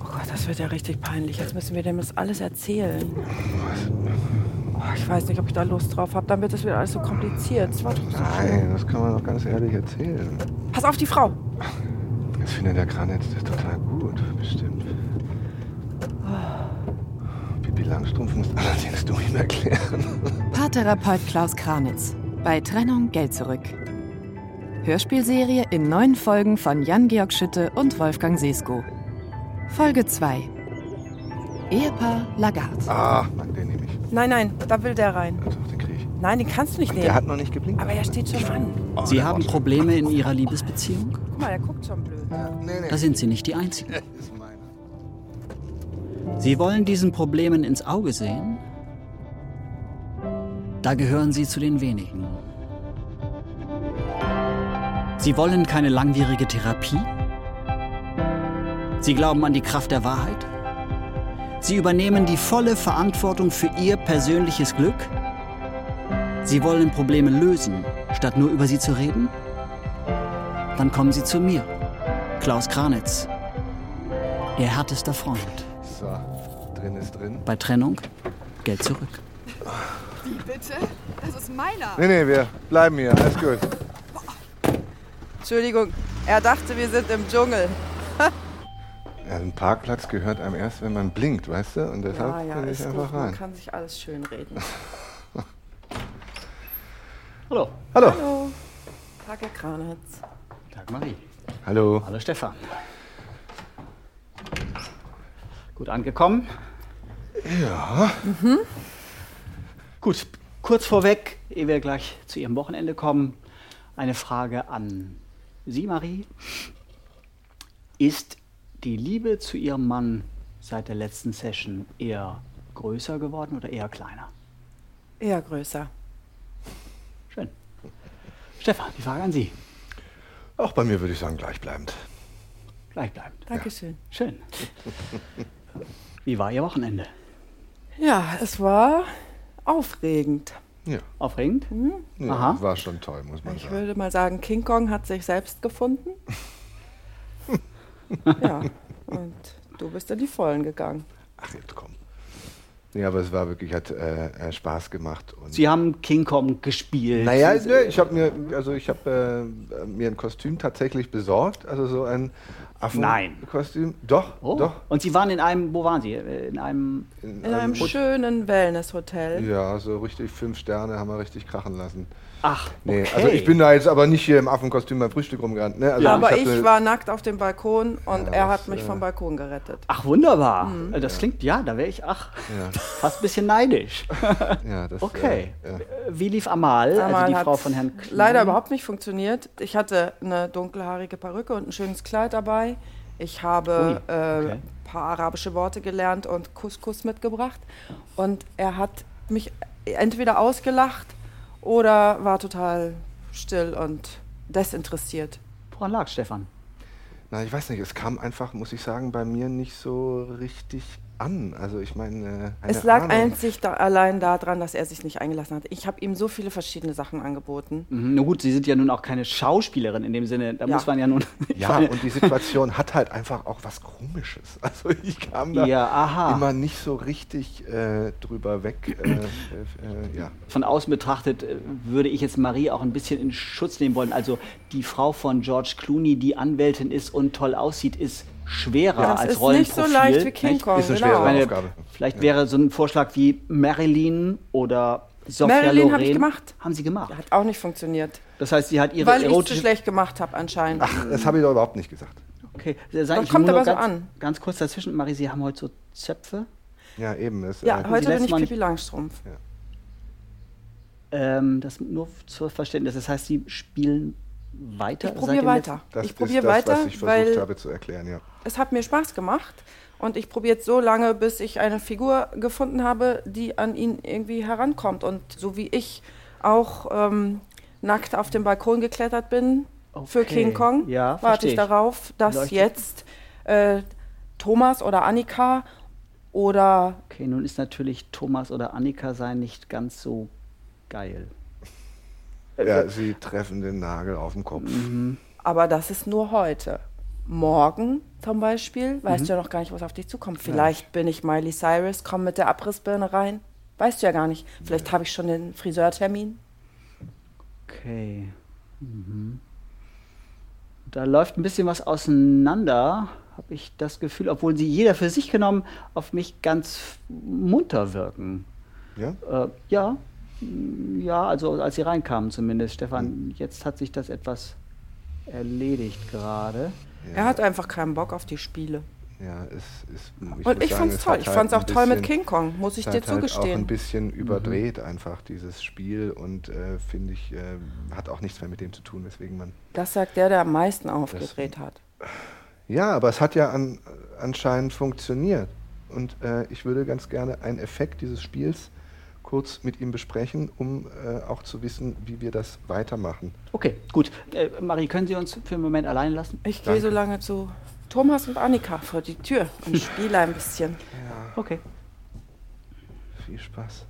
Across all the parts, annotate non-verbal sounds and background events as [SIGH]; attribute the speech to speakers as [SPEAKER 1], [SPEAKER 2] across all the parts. [SPEAKER 1] Oh das wird ja richtig peinlich. Jetzt müssen wir dem das alles erzählen. Oh, ich weiß nicht, ob ich da Lust drauf habe. Dann wird das wieder alles so kompliziert. Das war doch so schlimm.
[SPEAKER 2] Nein, das kann man doch ganz ehrlich erzählen.
[SPEAKER 1] Pass auf die Frau.
[SPEAKER 2] Das findet der Kranitz total gut, bestimmt. Pippi Langstrumpf muss allerdings du ihm erklären.
[SPEAKER 3] Paartherapeut Klaus Kranitz. Bei Trennung Geld zurück. Hörspielserie in neun Folgen von Jan-Georg Schütte und Wolfgang Sesko. Folge 2. Ehepaar Lagarde.
[SPEAKER 2] Ah, Mann, den nehme ich.
[SPEAKER 1] Nein, nein, da will der rein.
[SPEAKER 2] Also, den kriege ich.
[SPEAKER 1] Nein, den kannst du nicht
[SPEAKER 2] Der
[SPEAKER 1] nehmen.
[SPEAKER 2] hat noch nicht geblinkt.
[SPEAKER 1] Aber er steht schon an.
[SPEAKER 2] Oh,
[SPEAKER 4] Sie
[SPEAKER 2] der
[SPEAKER 4] haben
[SPEAKER 2] war's.
[SPEAKER 4] Probleme in Ihrer Liebesbeziehung?
[SPEAKER 1] Guck mal, der guckt schon blöd.
[SPEAKER 2] Nee, [LAUGHS] nee.
[SPEAKER 4] Da sind Sie nicht die Einzigen.
[SPEAKER 2] ist meiner.
[SPEAKER 4] Sie wollen diesen Problemen ins Auge sehen? Da gehören Sie zu den wenigen. Sie wollen keine langwierige Therapie? Sie glauben an die Kraft der Wahrheit? Sie übernehmen die volle Verantwortung für Ihr persönliches Glück? Sie wollen Probleme lösen, statt nur über sie zu reden? Dann kommen Sie zu mir, Klaus Kranitz, Ihr härtester Freund.
[SPEAKER 2] So, drin ist drin.
[SPEAKER 4] Bei Trennung Geld zurück.
[SPEAKER 5] Bitte? Das ist
[SPEAKER 1] Ah.
[SPEAKER 5] meiner.
[SPEAKER 2] Nee, nee, wir bleiben hier. Alles gut.
[SPEAKER 1] Entschuldigung, er dachte, wir sind im Dschungel.
[SPEAKER 2] Ja, ein Parkplatz gehört einem erst, wenn man blinkt, weißt du? Und deshalb
[SPEAKER 1] Ah Ja, ja,
[SPEAKER 2] bin ich
[SPEAKER 1] ist
[SPEAKER 2] einfach
[SPEAKER 1] gut. Man
[SPEAKER 2] rein.
[SPEAKER 1] kann sich alles schön reden.
[SPEAKER 4] Hallo.
[SPEAKER 2] Hallo.
[SPEAKER 1] Hallo, Tag, Herr Kranitz.
[SPEAKER 4] Tag Marie.
[SPEAKER 2] Hallo.
[SPEAKER 4] Hallo Stefan. Gut angekommen? Ja. Gut, kurz vorweg, ehe wir gleich zu Ihrem Wochenende kommen, eine Frage an Sie, Marie. Ist die Liebe zu Ihrem Mann seit der letzten Session eher größer geworden oder eher kleiner?
[SPEAKER 1] Eher größer.
[SPEAKER 4] Schön. Stefan, die Frage an Sie.
[SPEAKER 2] Auch bei mir würde ich sagen, gleichbleibend.
[SPEAKER 4] Gleichbleibend.
[SPEAKER 1] Dankeschön.
[SPEAKER 4] Schön. Wie war Ihr Wochenende?
[SPEAKER 1] Ja, es war aufregend.
[SPEAKER 2] Ja.
[SPEAKER 4] Aufregend?
[SPEAKER 2] ja
[SPEAKER 4] Aha.
[SPEAKER 2] War schon toll, muss man
[SPEAKER 1] Ich
[SPEAKER 2] sagen.
[SPEAKER 1] würde mal sagen, King Kong hat sich selbst
[SPEAKER 2] [LAUGHS]
[SPEAKER 1] gefunden. ja, und du bist in die Vollen gegangen.
[SPEAKER 2] Ach, jetzt komm. Ja, aber es war wirklich, hat äh, äh, Spaß gemacht. Und
[SPEAKER 4] Sie haben King Kong gespielt.
[SPEAKER 2] Naja, ne, ich habe mir, also ich habe äh, mir ein Kostüm tatsächlich besorgt, also so ein Affen
[SPEAKER 4] Nein.
[SPEAKER 2] Kostüm. Doch,
[SPEAKER 4] Oh.
[SPEAKER 2] doch.
[SPEAKER 4] Und Sie waren in einem, wo waren Sie? Äh, In einem,
[SPEAKER 2] In
[SPEAKER 1] In einem schönen Wellnesshotel.
[SPEAKER 2] ja, so richtig fünf Sterne haben wir richtig krachen lassen.
[SPEAKER 4] ach,
[SPEAKER 2] Nee,
[SPEAKER 4] okay.
[SPEAKER 2] also ich bin da jetzt aber nicht hier im Affenkostüm beim Frühstück rumgerannt. Ne? Also
[SPEAKER 1] Aber
[SPEAKER 2] hab
[SPEAKER 1] ich,
[SPEAKER 2] ne-
[SPEAKER 1] war nackt auf dem Balkon und
[SPEAKER 2] Ja,
[SPEAKER 1] er
[SPEAKER 2] das,
[SPEAKER 1] hat mich
[SPEAKER 2] äh,
[SPEAKER 1] vom Balkon gerettet.
[SPEAKER 4] Ach, wunderbar.
[SPEAKER 1] Mhm.
[SPEAKER 4] Äh, Das klingt, ja, da wäre ich, ach,
[SPEAKER 2] Ja.
[SPEAKER 4] [LAUGHS] fast ein bisschen neidisch.
[SPEAKER 2] Ja, das,
[SPEAKER 4] Okay.
[SPEAKER 2] Äh, ja.
[SPEAKER 4] Äh, Wie lief Amal,
[SPEAKER 1] Einmal
[SPEAKER 4] also die
[SPEAKER 1] hat's
[SPEAKER 4] Frau von Herrn Klein?
[SPEAKER 1] Leider überhaupt nicht funktioniert. Ich hatte eine dunkelhaarige Perücke und ein schönes Kleid dabei. Ich habe
[SPEAKER 4] Ui,
[SPEAKER 1] äh,
[SPEAKER 4] okay.
[SPEAKER 1] ein paar arabische Worte gelernt und Couscous mitgebracht. Und er hat mich entweder ausgelacht oder war total still und desinteressiert.
[SPEAKER 4] Woran lag Stefan?
[SPEAKER 2] Na, ich weiß nicht, es kam einfach, muss ich sagen, bei mir nicht so richtig an. Also ich meine, äh,
[SPEAKER 1] es lag
[SPEAKER 2] Ahnung.
[SPEAKER 1] einzig da, allein daran, dass er sich nicht eingelassen hat. Ich habe ihm so viele verschiedene Sachen angeboten.
[SPEAKER 4] Mhm, na gut, Sie sind ja nun auch keine Schauspielerin in dem Sinne. Da
[SPEAKER 1] Ja.
[SPEAKER 4] muss man ja nun. [LAUGHS] Ich
[SPEAKER 2] Ja,
[SPEAKER 4] meine-
[SPEAKER 2] und die Situation hat halt einfach auch was Komisches. [LAUGHS] Also ich kam da
[SPEAKER 4] Ja, aha.
[SPEAKER 2] immer nicht so richtig äh, drüber weg. Äh, äh, äh, ja.
[SPEAKER 4] von außen betrachtet äh, würde ich jetzt Marie auch ein bisschen in Schutz nehmen wollen. Also die Frau von George Clooney, die Anwältin ist und toll aussieht, ist schwerer
[SPEAKER 1] Das
[SPEAKER 4] als
[SPEAKER 1] ist nicht
[SPEAKER 4] Rollenprofil.
[SPEAKER 1] so leicht wie King
[SPEAKER 4] nicht?
[SPEAKER 1] Kong.
[SPEAKER 2] Ist eine
[SPEAKER 1] genau.
[SPEAKER 2] schwere
[SPEAKER 4] Ich meine,
[SPEAKER 2] Aufgabe.
[SPEAKER 4] Vielleicht wäre so ein Vorschlag wie Marilyn oder Sophia
[SPEAKER 1] Marilyn
[SPEAKER 4] Loren.
[SPEAKER 1] hab ich gemacht.
[SPEAKER 4] Haben Sie gemacht.
[SPEAKER 1] Hat auch nicht funktioniert.
[SPEAKER 4] Das heißt, sie hat ihre
[SPEAKER 1] Weil ich es zu
[SPEAKER 4] erotische...
[SPEAKER 1] schlecht gemacht habe anscheinend.
[SPEAKER 2] Ach, das habe ich doch überhaupt nicht gesagt.
[SPEAKER 4] Okay. Sei
[SPEAKER 1] Das
[SPEAKER 4] ich
[SPEAKER 1] kommt
[SPEAKER 4] nur noch
[SPEAKER 1] aber so
[SPEAKER 4] ganz,
[SPEAKER 1] an.
[SPEAKER 4] Ganz kurz dazwischen, Marie, Sie haben heute so Zöpfe.
[SPEAKER 2] Ja, eben. Es,
[SPEAKER 1] Ja,
[SPEAKER 2] äh,
[SPEAKER 1] heute
[SPEAKER 4] letzte
[SPEAKER 1] bin ich
[SPEAKER 4] Mal
[SPEAKER 1] Pippi Langstrumpf.
[SPEAKER 4] Ähm, das nur zur Verständnis. Das heißt, Sie spielen weiter.
[SPEAKER 1] Ich
[SPEAKER 4] seit
[SPEAKER 1] probiere
[SPEAKER 4] dem
[SPEAKER 1] weiter.
[SPEAKER 2] das
[SPEAKER 1] Ich
[SPEAKER 2] ist
[SPEAKER 1] probiere
[SPEAKER 2] das,
[SPEAKER 1] weiter,
[SPEAKER 2] was ich versucht
[SPEAKER 1] weil
[SPEAKER 2] habe zu erklären, ja.
[SPEAKER 1] es hat mir Spaß gemacht. Und ich probiere es so lange, bis ich eine Figur gefunden habe, die an ihn irgendwie herankommt. Und so wie ich auch ähm, nackt auf den Balkon geklettert bin für
[SPEAKER 4] Okay.
[SPEAKER 1] King Kong,
[SPEAKER 4] Ja,
[SPEAKER 1] warte
[SPEAKER 4] versteh
[SPEAKER 1] ich
[SPEAKER 4] ich.
[SPEAKER 1] darauf, dass
[SPEAKER 4] Leuchtet.
[SPEAKER 1] jetzt äh, Thomas oder Annika oder
[SPEAKER 4] Okay, nun ist natürlich Thomas oder Annika sein nicht ganz so geil.
[SPEAKER 1] Äh, Mhm.
[SPEAKER 2] Ja, sie treffen den Nagel auf den Kopf.
[SPEAKER 1] aber das ist nur heute. morgen zum Beispiel
[SPEAKER 4] Mhm.
[SPEAKER 1] weißt du ja noch gar nicht, was auf dich zukommt. Vielleicht bin ich Miley Cyrus, komme mit der Abrissbirne rein. Weißt du ja gar nicht. Vielleicht habe ich schon den Friseurtermin.
[SPEAKER 4] Okay. Mhm. Da läuft ein bisschen was auseinander, habe ich das Gefühl, obwohl sie jeder für sich genommen auf mich ganz munter wirken.
[SPEAKER 2] Ja?
[SPEAKER 4] Äh, ja, Mm, ja, also als sie reinkamen zumindest, Stefan. Jetzt hat sich das etwas erledigt gerade.
[SPEAKER 1] Er hat einfach keinen Bock auf die Spiele.
[SPEAKER 2] Ja, es ist.
[SPEAKER 1] Und ich fand's toll. Ich fand's
[SPEAKER 2] halt
[SPEAKER 1] auch toll mit King Kong, muss ich
[SPEAKER 2] Ich hat
[SPEAKER 1] dir
[SPEAKER 2] halt auch ein
[SPEAKER 1] zugestehen. Mhm.
[SPEAKER 2] bisschen überdreht einfach dieses Spiel und äh, finde ich äh, hat auch nichts mehr mit dem zu tun, weswegen man
[SPEAKER 1] Das sagt der, der am meisten aufgedreht hat.
[SPEAKER 2] Ja, aber es hat ja an, anscheinend funktioniert. Und äh, ich würde ganz gerne einen Effekt dieses Spiels kurz mit ihm besprechen, um äh, auch zu wissen, wie wir das weitermachen.
[SPEAKER 4] Okay, gut. Äh, Marie, können Sie uns für einen Moment allein lassen?
[SPEAKER 1] Ich gehe so lange zu Thomas und Annika vor die Tür
[SPEAKER 4] [LAUGHS]
[SPEAKER 1] und spiele ein bisschen.
[SPEAKER 4] Okay.
[SPEAKER 2] Viel Spaß.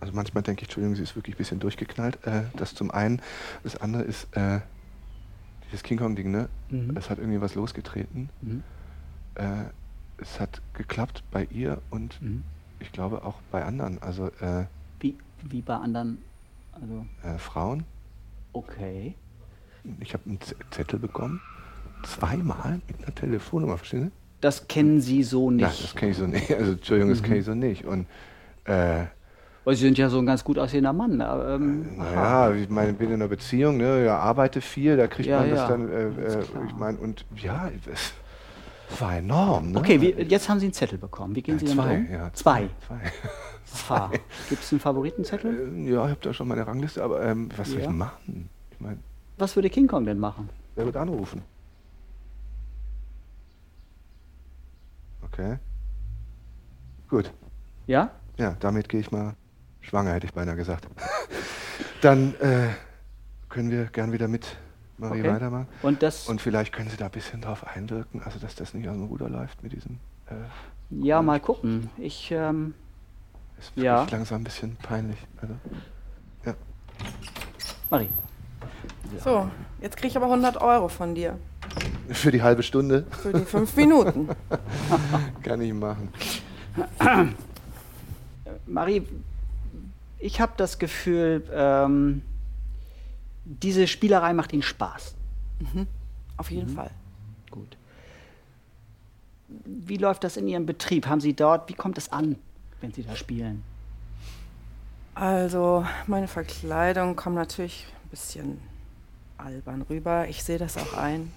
[SPEAKER 2] Also manchmal denke ich, Entschuldigung, sie ist wirklich ein bisschen durchgeknallt. Äh, das zum einen. Das andere ist äh, dieses King Kong-Ding, ne? Es hat irgendwie was losgetreten.
[SPEAKER 4] Mhm.
[SPEAKER 2] Äh, es hat geklappt bei ihr
[SPEAKER 4] Mhm.
[SPEAKER 2] und ich glaube auch bei anderen. Also äh,
[SPEAKER 4] Wie, wie bei anderen. Also,
[SPEAKER 2] äh, Frauen.
[SPEAKER 4] okay.
[SPEAKER 2] Ich habe einen Z- Zettel bekommen. Zweimal mit einer Telefonnummer, verstehen Sie?
[SPEAKER 4] Das kennen Sie so nicht. Mhm.
[SPEAKER 2] Nein, das kenne ich so nicht. [LAUGHS] Also, Entschuldigung, das kenne ich so nicht. Und, äh,
[SPEAKER 4] Weil Sie sind ja so ein ganz gut aussehender Mann. aber, Ähm,
[SPEAKER 2] naja, ich meine, bin in einer Beziehung, ne, ja, arbeite viel, da kriegt
[SPEAKER 4] Ja,
[SPEAKER 2] man das
[SPEAKER 4] ja.
[SPEAKER 2] dann, äh,
[SPEAKER 4] Ist
[SPEAKER 2] äh,
[SPEAKER 4] klar.
[SPEAKER 2] ich meine, und ja, es es war enorm, ne?
[SPEAKER 4] okay, wir, jetzt haben Sie einen Zettel bekommen. Wie gehen
[SPEAKER 2] ja,
[SPEAKER 4] Sie
[SPEAKER 2] zwei,
[SPEAKER 4] damit um?
[SPEAKER 2] ja,
[SPEAKER 4] zwei.
[SPEAKER 2] [LAUGHS] zwei.
[SPEAKER 4] Aha. Gibt es einen Favoritenzettel?
[SPEAKER 2] Äh, ja, ich habe da schon meine Rangliste, aber ähm, was soll ich
[SPEAKER 4] Ja.
[SPEAKER 2] machen? Ich meine,
[SPEAKER 4] Was würde King Kong denn machen?
[SPEAKER 2] wer wird anrufen? Okay. Gut.
[SPEAKER 4] Ja?
[SPEAKER 2] Ja, damit gehe ich mal schwanger, hätte ich beinahe gesagt. [LAUGHS] Dann äh, können wir gern wieder mit Marie
[SPEAKER 4] Okay.
[SPEAKER 2] weitermachen.
[SPEAKER 4] Und das.
[SPEAKER 2] Und vielleicht können Sie da ein bisschen drauf einwirken, also dass das nicht aus dem Ruder läuft mit diesem. Äh,
[SPEAKER 4] ja, mal gucken. Ich. Ähm,
[SPEAKER 2] ist
[SPEAKER 4] Ja.
[SPEAKER 2] wirklich langsam ein bisschen peinlich. Also,
[SPEAKER 4] Marie.
[SPEAKER 1] So, jetzt kriege ich aber 100 Euro von dir
[SPEAKER 2] für die halbe Stunde [LAUGHS]
[SPEAKER 1] für die fünf
[SPEAKER 4] [LAUGHS]
[SPEAKER 1] Minuten.
[SPEAKER 2] kann ich machen.
[SPEAKER 4] Marie, ich habe das Gefühl, ähm, diese Spielerei macht Ihnen Spaß.
[SPEAKER 1] Auf jeden
[SPEAKER 4] Mhm.
[SPEAKER 1] Fall.
[SPEAKER 4] Gut. Wie läuft das in Ihrem Betrieb? Haben Sie dort, wie kommt es an, wenn Sie da spielen?
[SPEAKER 1] Also, meine Verkleidung kommt natürlich ein bisschen albern rüber. Ich sehe das auch ein.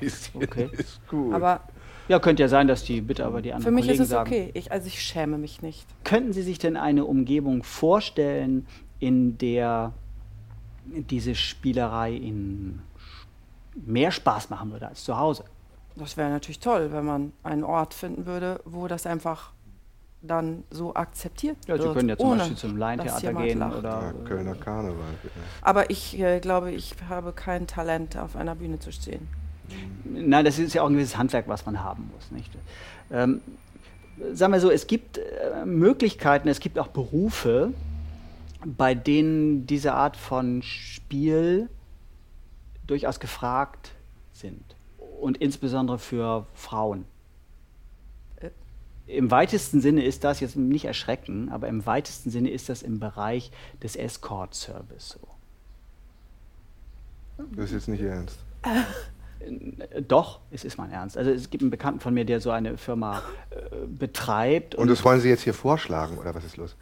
[SPEAKER 2] Bisschen
[SPEAKER 4] Okay.
[SPEAKER 2] ist gut.
[SPEAKER 1] Aber
[SPEAKER 4] Ja, könnte ja sein, dass die Mitarbeiter die
[SPEAKER 1] für
[SPEAKER 4] anderen
[SPEAKER 1] mich
[SPEAKER 4] Kollegen
[SPEAKER 1] ist es
[SPEAKER 4] sagen.
[SPEAKER 1] okay. Ich, also, ich schäme mich nicht.
[SPEAKER 4] Könnten Sie sich denn eine Umgebung vorstellen, in der diese Spielerei Ihnen mehr Spaß machen würde als zu Hause?
[SPEAKER 1] Das wäre natürlich toll, wenn man einen Ort finden würde, wo das einfach dann so akzeptiert
[SPEAKER 4] Ja,
[SPEAKER 1] wird.
[SPEAKER 4] Sie können ja zum
[SPEAKER 1] ohne
[SPEAKER 4] Beispiel zum
[SPEAKER 1] dass
[SPEAKER 4] Laientheater
[SPEAKER 1] jemand
[SPEAKER 4] gehen
[SPEAKER 1] lacht.
[SPEAKER 2] ja,
[SPEAKER 4] oder
[SPEAKER 2] Kölner Karneval.
[SPEAKER 1] Aber ich äh, glaube, ich habe kein Talent, auf einer Bühne zu stehen.
[SPEAKER 4] Nein, das ist ja auch ein gewisses Handwerk, was man haben muss. Nicht? Ähm, sagen wir so, es gibt äh, Möglichkeiten, es gibt auch Berufe, bei denen diese Art von Spiel durchaus gefragt sind. Und insbesondere für Frauen. Äh, Im weitesten Sinne ist das, jetzt nicht erschrecken, aber im weitesten Sinne ist das im Bereich des Escort-Service so.
[SPEAKER 2] Das ist jetzt nicht Ihr Ernst.
[SPEAKER 4] Äh, Doch, es ist mein Ernst. Also es gibt einen Bekannten von mir, der so eine Firma äh, betreibt.
[SPEAKER 2] Und das wollen Sie jetzt hier vorschlagen, oder was ist los?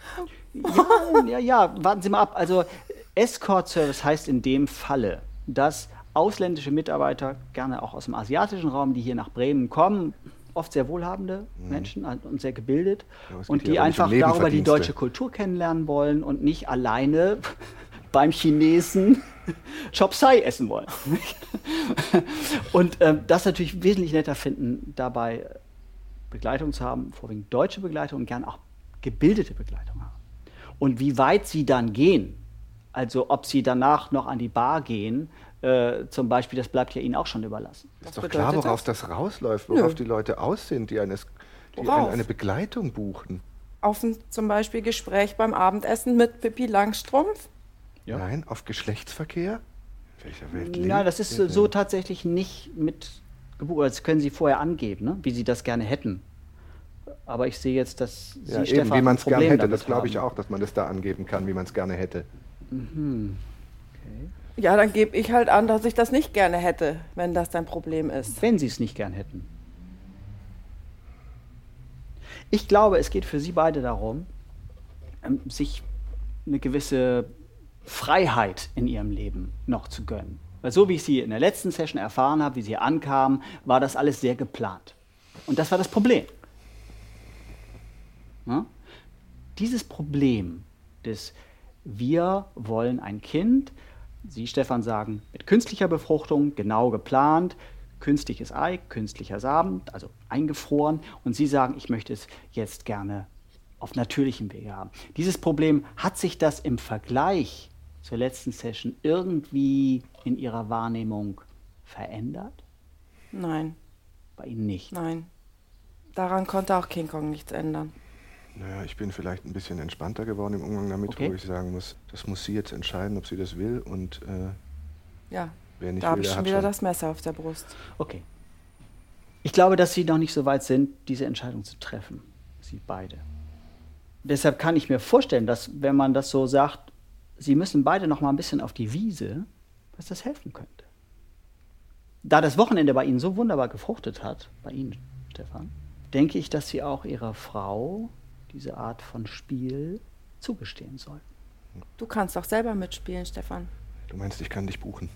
[SPEAKER 4] ja, ja, ja, warten Sie mal ab. Also Escort Service heißt in dem Falle, dass ausländische Mitarbeiter, gerne auch aus dem asiatischen Raum, die hier nach Bremen kommen, oft sehr wohlhabende Menschen äh, und sehr
[SPEAKER 2] Mhm.
[SPEAKER 4] gebildet
[SPEAKER 2] Ja, aber es
[SPEAKER 4] und
[SPEAKER 2] geht hier
[SPEAKER 4] die
[SPEAKER 2] aber nicht um
[SPEAKER 4] einfach darüber die
[SPEAKER 2] Nebenverdienste.
[SPEAKER 4] deutsche Kultur kennenlernen wollen und nicht alleine [LAUGHS] beim Chinesen [LAUGHS] Chop Sai essen wollen. [LAUGHS] und ähm, das natürlich wesentlich netter finden, dabei Begleitung zu haben, vorwiegend deutsche Begleitung und gern auch gebildete Begleitung haben. Und wie weit sie dann gehen, also ob sie danach noch an die Bar gehen, äh, zum Beispiel, das bleibt ja ihnen auch schon überlassen.
[SPEAKER 2] ist
[SPEAKER 1] Was
[SPEAKER 2] doch klar,
[SPEAKER 1] bedeutet
[SPEAKER 2] worauf das, rausläuft, worauf die Leute aus sind, die, eines, die ein,
[SPEAKER 1] Worauf?
[SPEAKER 2] eine Begleitung buchen.
[SPEAKER 1] Auf ein zum Beispiel Gespräch beim Abendessen mit Pippi Langstrumpf
[SPEAKER 2] Ja. Nein, auf Geschlechtsverkehr? In welcher Welt lebt
[SPEAKER 4] Na, das ist
[SPEAKER 2] ihr
[SPEAKER 4] so
[SPEAKER 2] denn?
[SPEAKER 4] tatsächlich nicht mit gebucht. Oder Das können Sie vorher angeben, ne? wie Sie das gerne hätten. Aber ich sehe jetzt, dass Sie,
[SPEAKER 2] Ja, eben,
[SPEAKER 4] Stefan,
[SPEAKER 2] wie man
[SPEAKER 4] ein
[SPEAKER 2] es gerne
[SPEAKER 4] Problem
[SPEAKER 2] hätte.
[SPEAKER 4] damit
[SPEAKER 2] Das glaube ich
[SPEAKER 4] haben.
[SPEAKER 2] auch, dass man das da angeben kann, wie man es gerne hätte.
[SPEAKER 1] Ja, dann gebe ich halt an, dass ich das nicht gerne hätte, wenn das dein Problem ist.
[SPEAKER 4] wenn sie es nicht gern hätten. Ich glaube, es geht für sie beide darum, ähm, sich eine gewisse Freiheit in ihrem Leben noch zu gönnen. Weil so wie ich sie in der letzten Session erfahren habe, wie sie ankam, war das alles sehr geplant. Und das war das Problem. Ne? Dieses Problem des wir wollen ein Kind, Sie, Stefan, sagen, mit künstlicher Befruchtung, genau geplant, künstliches Ei, künstlicher Samen, also eingefroren. Und Sie sagen, ich möchte es jetzt gerne auf natürlichem Wege haben. Dieses Problem, hat sich das im Vergleich zur letzten Session irgendwie in Ihrer Wahrnehmung verändert?
[SPEAKER 1] Nein,
[SPEAKER 4] Bei Ihnen nicht.
[SPEAKER 1] nein. Daran konnte auch King Kong nichts ändern.
[SPEAKER 2] Naja, ich bin vielleicht ein bisschen entspannter geworden im Umgang damit,
[SPEAKER 4] Okay.
[SPEAKER 2] wo ich sagen muss, das muss sie jetzt entscheiden, ob sie das will und äh,
[SPEAKER 1] Ja,
[SPEAKER 2] wer nicht
[SPEAKER 1] da habe
[SPEAKER 2] will,
[SPEAKER 1] ich
[SPEAKER 2] der
[SPEAKER 1] schon
[SPEAKER 2] hat
[SPEAKER 1] wieder
[SPEAKER 2] schon.
[SPEAKER 1] das Messer auf der Brust.
[SPEAKER 4] Okay. Ich glaube, dass Sie noch nicht so weit sind, diese Entscheidung zu treffen. Sie beide. Deshalb kann ich mir vorstellen, dass, wenn man das so sagt, Sie müssen beide noch mal ein bisschen auf die Wiese, dass das helfen könnte. Da das Wochenende bei Ihnen so wunderbar gefruchtet hat, bei Ihnen, Stefan, denke ich, dass Sie auch Ihrer Frau diese Art von Spiel zugestehen sollten.
[SPEAKER 1] Du kannst doch selber mitspielen, Stefan.
[SPEAKER 2] Du meinst, ich kann dich buchen.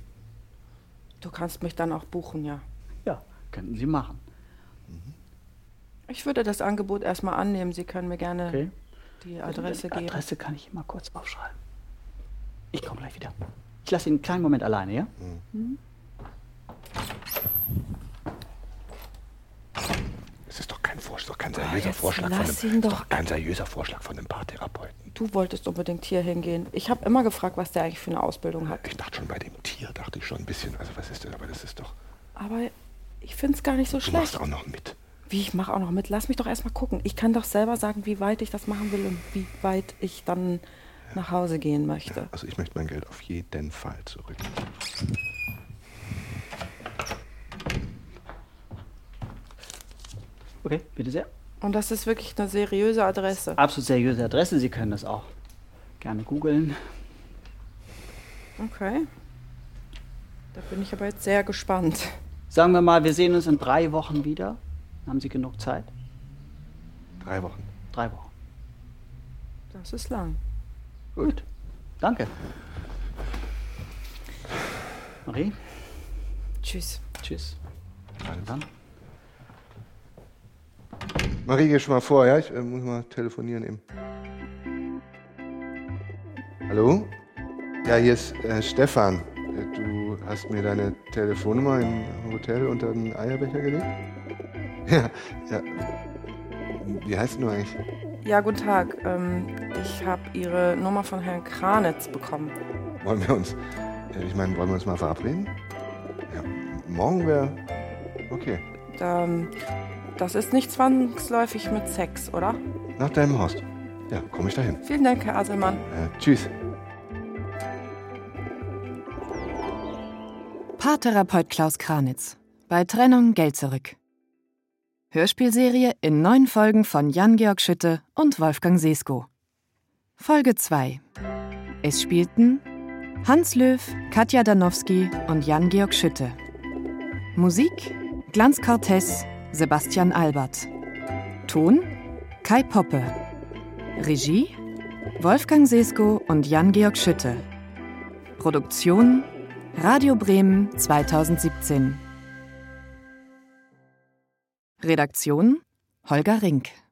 [SPEAKER 1] Du kannst mich dann auch buchen, ja.
[SPEAKER 4] Ja, könnten Sie machen.
[SPEAKER 1] Ich würde das Angebot erstmal annehmen. Sie können mir gerne
[SPEAKER 4] Okay.
[SPEAKER 1] die Adresse geben.
[SPEAKER 4] Adresse kann ich immer kurz aufschreiben. Ich komme gleich wieder. Ich lasse ihn einen kleinen Moment alleine, ja?
[SPEAKER 1] Mhm.
[SPEAKER 2] Es ist doch kein Vorschlag,
[SPEAKER 4] Ah,
[SPEAKER 2] kein seriöser Vorschlag von einem,
[SPEAKER 1] lass ihn
[SPEAKER 2] ist
[SPEAKER 1] doch.
[SPEAKER 2] doch kein seriöser Vorschlag von einem Paartherapeuten.
[SPEAKER 1] Du wolltest unbedingt hier hingehen. Ich habe immer gefragt, was der eigentlich für eine Ausbildung hat.
[SPEAKER 2] Ich dachte schon bei dem Tier, dachte ich schon ein bisschen, also was ist denn, aber das ist doch,
[SPEAKER 1] Aber ich finde es gar nicht so
[SPEAKER 2] du machst
[SPEAKER 1] schlecht.
[SPEAKER 2] auch noch mit.
[SPEAKER 1] Wie, ich mache auch noch mit. Lass mich doch erstmal gucken. Ich kann doch selber sagen, wie weit ich das machen will und wie weit ich dann nach Hause gehen möchte.
[SPEAKER 2] Also ich möchte mein Geld auf jeden Fall zurück.
[SPEAKER 4] Okay, bitte sehr.
[SPEAKER 1] Und das ist wirklich eine seriöse Adresse.
[SPEAKER 4] Absolut seriöse Adresse, Sie können das auch gerne googeln.
[SPEAKER 1] Okay. Da bin ich aber jetzt sehr gespannt.
[SPEAKER 4] Sagen wir mal, wir sehen uns in drei Wochen wieder. Haben Sie genug Zeit?
[SPEAKER 2] Drei Wochen.
[SPEAKER 4] Drei Wochen.
[SPEAKER 1] Das ist lang.
[SPEAKER 4] Gut. Danke. Marie,
[SPEAKER 1] Tschüss.
[SPEAKER 4] tschüss.
[SPEAKER 2] Alles.
[SPEAKER 4] Dann.
[SPEAKER 2] Marie, geh schon mal vor, ja? Ich äh, muss mal telefonieren eben. Hallo? Ja, hier ist äh, Stefan. Äh, Du hast mir deine Telefonnummer im Hotel unter den Eierbecher gelegt? [LAUGHS] Ja, ja. Wie heißt denn du eigentlich?
[SPEAKER 1] Ja, guten Tag. Ähm, ich habe Ihre Nummer von Herrn Kranitz bekommen.
[SPEAKER 2] Wollen wir uns, äh, ich meine, wollen wir uns mal verabreden? Ja, morgen wäre, okay,
[SPEAKER 1] Ähm, das ist nicht zwangsläufig mit Sex, oder?
[SPEAKER 2] nach deinem Horst. Ja, komme ich dahin.
[SPEAKER 1] Vielen Dank, Herr Aselmann.
[SPEAKER 2] Äh, tschüss.
[SPEAKER 3] Paartherapeut Klaus Kranitz. Bei Trennung Geld zurück. Hörspielserie in neun Folgen von Jan-Georg Schütte und Wolfgang Sesko. Folge 2. Es spielten Hans Löw, Katja Danowski und Jan-Georg Schütte. Musik Glanz Cortez, Sebastian Albert. Ton Kai Poppe. Regie Wolfgang Sesko und Jan-Georg Schütte. Produktion Radio Bremen 2017. Redaktion Holger Rink.